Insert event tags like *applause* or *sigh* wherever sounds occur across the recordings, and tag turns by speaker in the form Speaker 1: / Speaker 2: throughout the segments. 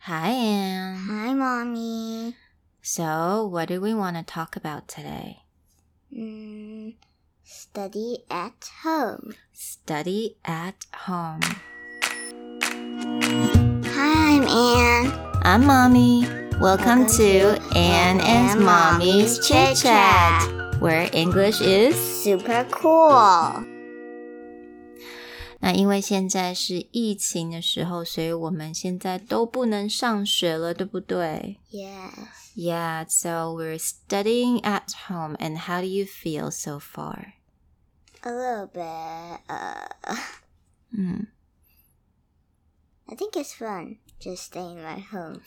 Speaker 1: Hi, Anne.
Speaker 2: Hi, Mommy.
Speaker 1: So, what do we want to talk about today?
Speaker 2: Mm, study at home.
Speaker 1: Study at home.
Speaker 2: Hi, I'm Anne.
Speaker 1: I'm Mommy. Welcome,
Speaker 2: Welcome
Speaker 1: to
Speaker 2: to
Speaker 1: Anne and
Speaker 2: Anne and
Speaker 1: Mommy's
Speaker 2: Mommy's
Speaker 1: Chit
Speaker 2: Chit
Speaker 1: Chat,
Speaker 2: Chat.
Speaker 1: where English is.
Speaker 2: Super cool.
Speaker 1: 那因为现在是疫情的时候，所以我们现在都不能上学了，对不对
Speaker 2: Yes.
Speaker 1: ？Yeah, so we're studying at home. And how do you feel so far?
Speaker 2: A little bit. Uh,
Speaker 1: Mm.
Speaker 2: I think it's fun just staying right
Speaker 1: *laughs*
Speaker 2: home.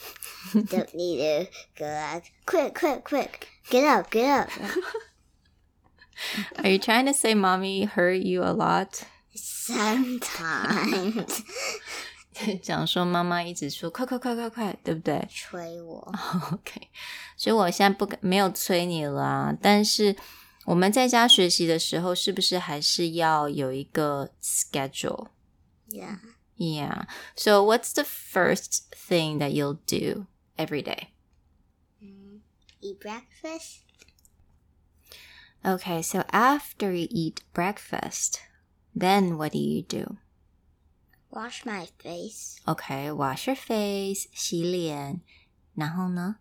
Speaker 2: Don't need to go out. Quick, quick, quick. Get up, get up.
Speaker 1: Are you trying to say mommy hurt you a lot? *laughs*
Speaker 2: sometimes
Speaker 1: 讲说妈妈一直说快快快快快，对不 *laughs* 对
Speaker 2: 吹我。
Speaker 1: ？OK，所以我现在不敢没有催你了啊。但是我们在家学习的时候，是不是还是要有一个 schedule？Yeah.
Speaker 2: Yeah.
Speaker 1: So what's the first thing that you'll do every day?
Speaker 2: Mm, Eat breakfast.
Speaker 1: Okay. So after you eat breakfast, then what do you do?
Speaker 2: Wash my face.
Speaker 1: Okay, wash your face，洗脸，然后呢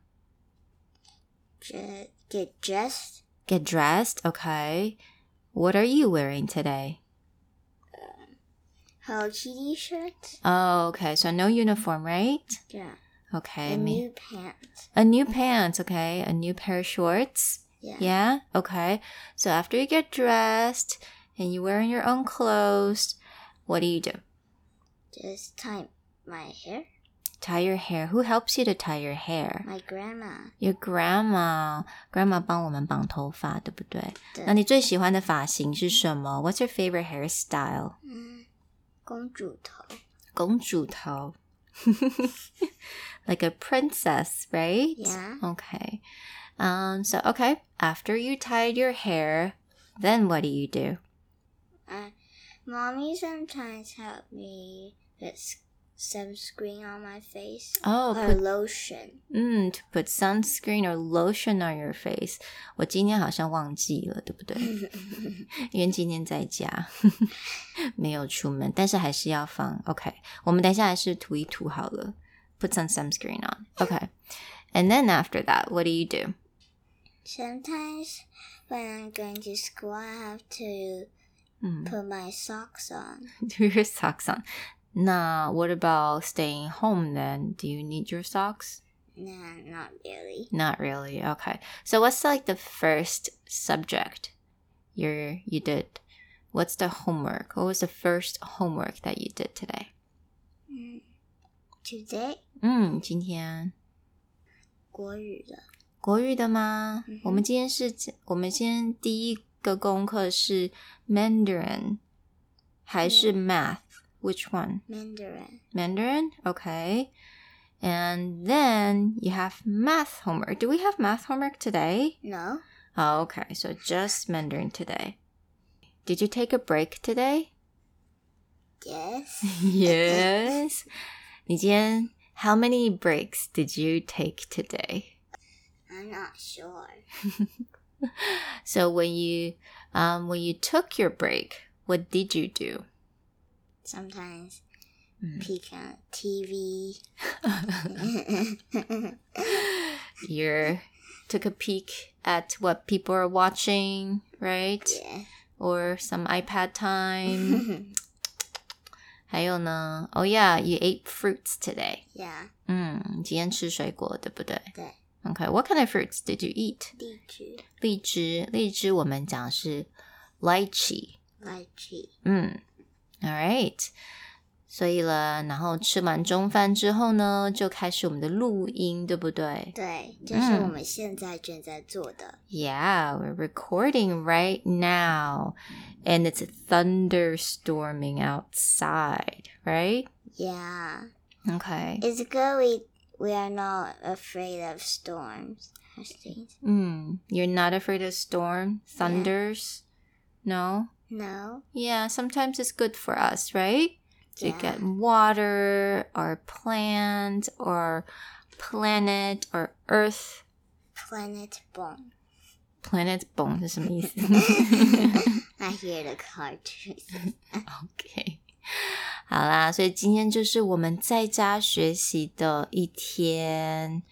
Speaker 2: Ju- get dressed.
Speaker 1: ？Get dressed. Okay. What are you wearing today?
Speaker 2: Hello Kitty shirt.
Speaker 1: Oh, okay. So no uniform, right?
Speaker 2: Yeah.
Speaker 1: Okay.
Speaker 2: A
Speaker 1: me-
Speaker 2: new pants.
Speaker 1: a new pants, okay. A new pair of shorts.
Speaker 2: Yeah.
Speaker 1: Yeah. Okay. So after you get dressed and you're wearing your own clothes, what do you do?
Speaker 2: Just tie my hair.
Speaker 1: Tie your hair. Who helps you to tie your hair?
Speaker 2: My grandma.
Speaker 1: Your grandma. Grandma 帮我们绑头发，对不对？
Speaker 2: 对。
Speaker 1: 那你最喜欢的发型是什么？What's your favorite hairstyle?
Speaker 2: 嗯，公主头。
Speaker 1: 公主头。like a princess, right?
Speaker 2: Yeah.
Speaker 1: Okay. Um, so okay, after you tied your hair, then what do you do?
Speaker 2: Uh, mommy sometimes help me put s- sunscreen on my face.
Speaker 1: Oh,
Speaker 2: Or
Speaker 1: put,
Speaker 2: lotion.
Speaker 1: mm, to put sunscreen or lotion on your face. 我今天好像忘记了，对不对？因为今天在家，没有出门，但是还是要放。OK，我们等一下还是涂一涂好了。Put some sunscreen on. Okay. And then after that, what do you do?
Speaker 2: Sometimes when I'm going to school, I have to
Speaker 1: 嗯。
Speaker 2: put my socks on.
Speaker 1: Mm, *laughs* do your socks on. Nah, what about staying home then? Do you need your socks?
Speaker 2: Nah, not really.
Speaker 1: Not really. Okay. So what's like the first subject you you did? What's the homework? What was the first homework that you did today?
Speaker 2: Mm. Today, Hmm,
Speaker 1: 嗯，今天。
Speaker 2: 国语的
Speaker 1: 国语的吗？
Speaker 2: 嗯哼
Speaker 1: 我们今天是，我们今天第一个功课是 Mandarin 还是 Math？Which one？
Speaker 2: Mandarin.
Speaker 1: Mandarin, okay. And then you have math homework. Do we have math homework today?
Speaker 2: No,
Speaker 1: Oh, okay, so just Mandarin today. Did you take a break today?
Speaker 2: yes.
Speaker 1: *laughs* yes. 你今天 how many breaks did you take today?
Speaker 2: I'm not sure.
Speaker 1: So when you um when you took your break, what did you do?
Speaker 2: Sometimes
Speaker 1: Mm.
Speaker 2: peek at
Speaker 1: *laughs*
Speaker 2: TV.
Speaker 1: you took a peek at what people are watching, right?
Speaker 2: yeah.
Speaker 1: or some iPad
Speaker 2: *laughs*
Speaker 1: time. 还有呢? Oh yeah, you ate fruits today.
Speaker 2: yeah.
Speaker 1: 嗯，今天吃水果，对不对？
Speaker 2: 对。
Speaker 1: Okay, what kind of fruits did you eat?
Speaker 2: 荔枝、
Speaker 1: 荔枝，荔枝我们讲是 lychee。
Speaker 2: lychee.
Speaker 1: 嗯，All right。所以了，然后吃完中饭之后呢，就开始我们的录音，对不对？嗯。
Speaker 2: 对，这是我们现在正在做的。
Speaker 1: Yeah, we're recording right now, and it's thunderstorming outside, right?
Speaker 2: Yeah.
Speaker 1: Okay.
Speaker 2: It's good we we are not afraid of storms. I think.
Speaker 1: Mm, you're not afraid of storm, thunders? No?
Speaker 2: No.
Speaker 1: Yeah, sometimes it's good for us, right? You
Speaker 2: Yeah.
Speaker 1: get water or plant or planet or earth.
Speaker 2: Planet Bone.
Speaker 1: Planet bone 是什么意 *laughs* 思？
Speaker 2: I hear the cartoons.
Speaker 1: OK，好啦，所以今天就是我们在家学习的一天。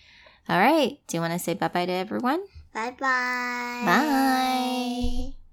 Speaker 1: All right, do you want to say bye bye to everyone?
Speaker 2: Bye bye.
Speaker 1: Bye.